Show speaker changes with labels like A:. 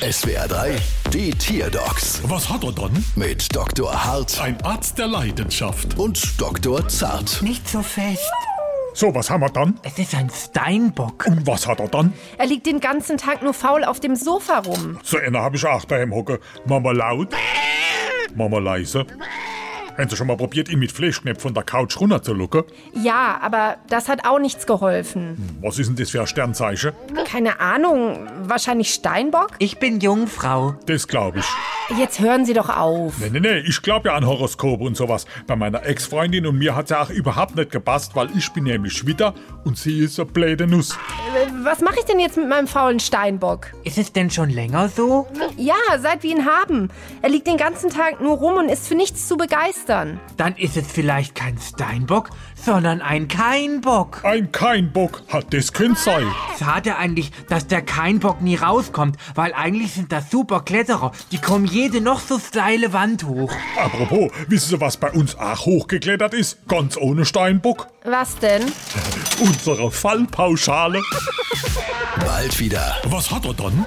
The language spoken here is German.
A: SWR 3, die Tierdocs
B: Was hat er dann?
A: mit Dr. Hart
B: Ein Arzt der Leidenschaft.
A: und Dr. Zart.
C: Nicht so fest.
B: So, was haben wir dann?
C: Es ist ein Steinbock.
B: Und was hat er dann?
D: Er liegt den ganzen Tag nur faul auf dem Sofa rum.
B: So einer hab ich auch daheim hocke. Mama laut, Mama leise. Haben Sie schon mal probiert, ihn mit Fleischknepp von der Couch runterzulucken?
D: Ja, aber das hat auch nichts geholfen.
B: Was ist denn das für ein Sternzeichen?
D: Keine Ahnung, wahrscheinlich Steinbock?
C: Ich bin Jungfrau.
B: Das glaube ich.
D: Jetzt hören Sie doch auf.
B: Nee, nee, nee, ich glaube ja an Horoskope und sowas. Bei meiner Ex-Freundin und mir hat's ja auch überhaupt nicht gepasst, weil ich bin nämlich Witter und sie ist eine blöde Nuss.
D: Äh, Was mache ich denn jetzt mit meinem faulen Steinbock?
C: Ist es denn schon länger so?
D: Ja, seit wir ihn haben. Er liegt den ganzen Tag nur rum und ist für nichts zu begeistern.
C: Dann ist es vielleicht kein Steinbock, sondern ein Keinbock.
B: Ein Keinbock hat das können sein.
C: Schade eigentlich, dass der Keinbock nie rauskommt, weil eigentlich sind das super Kletterer. Die kommen jede noch so steile Wand hoch.
B: Apropos, wissen Sie, was bei uns auch hochgeklettert ist? Ganz ohne Steinbock?
D: Was denn?
B: Unsere Fallpauschale.
A: Bald wieder.
B: Was hat er dann?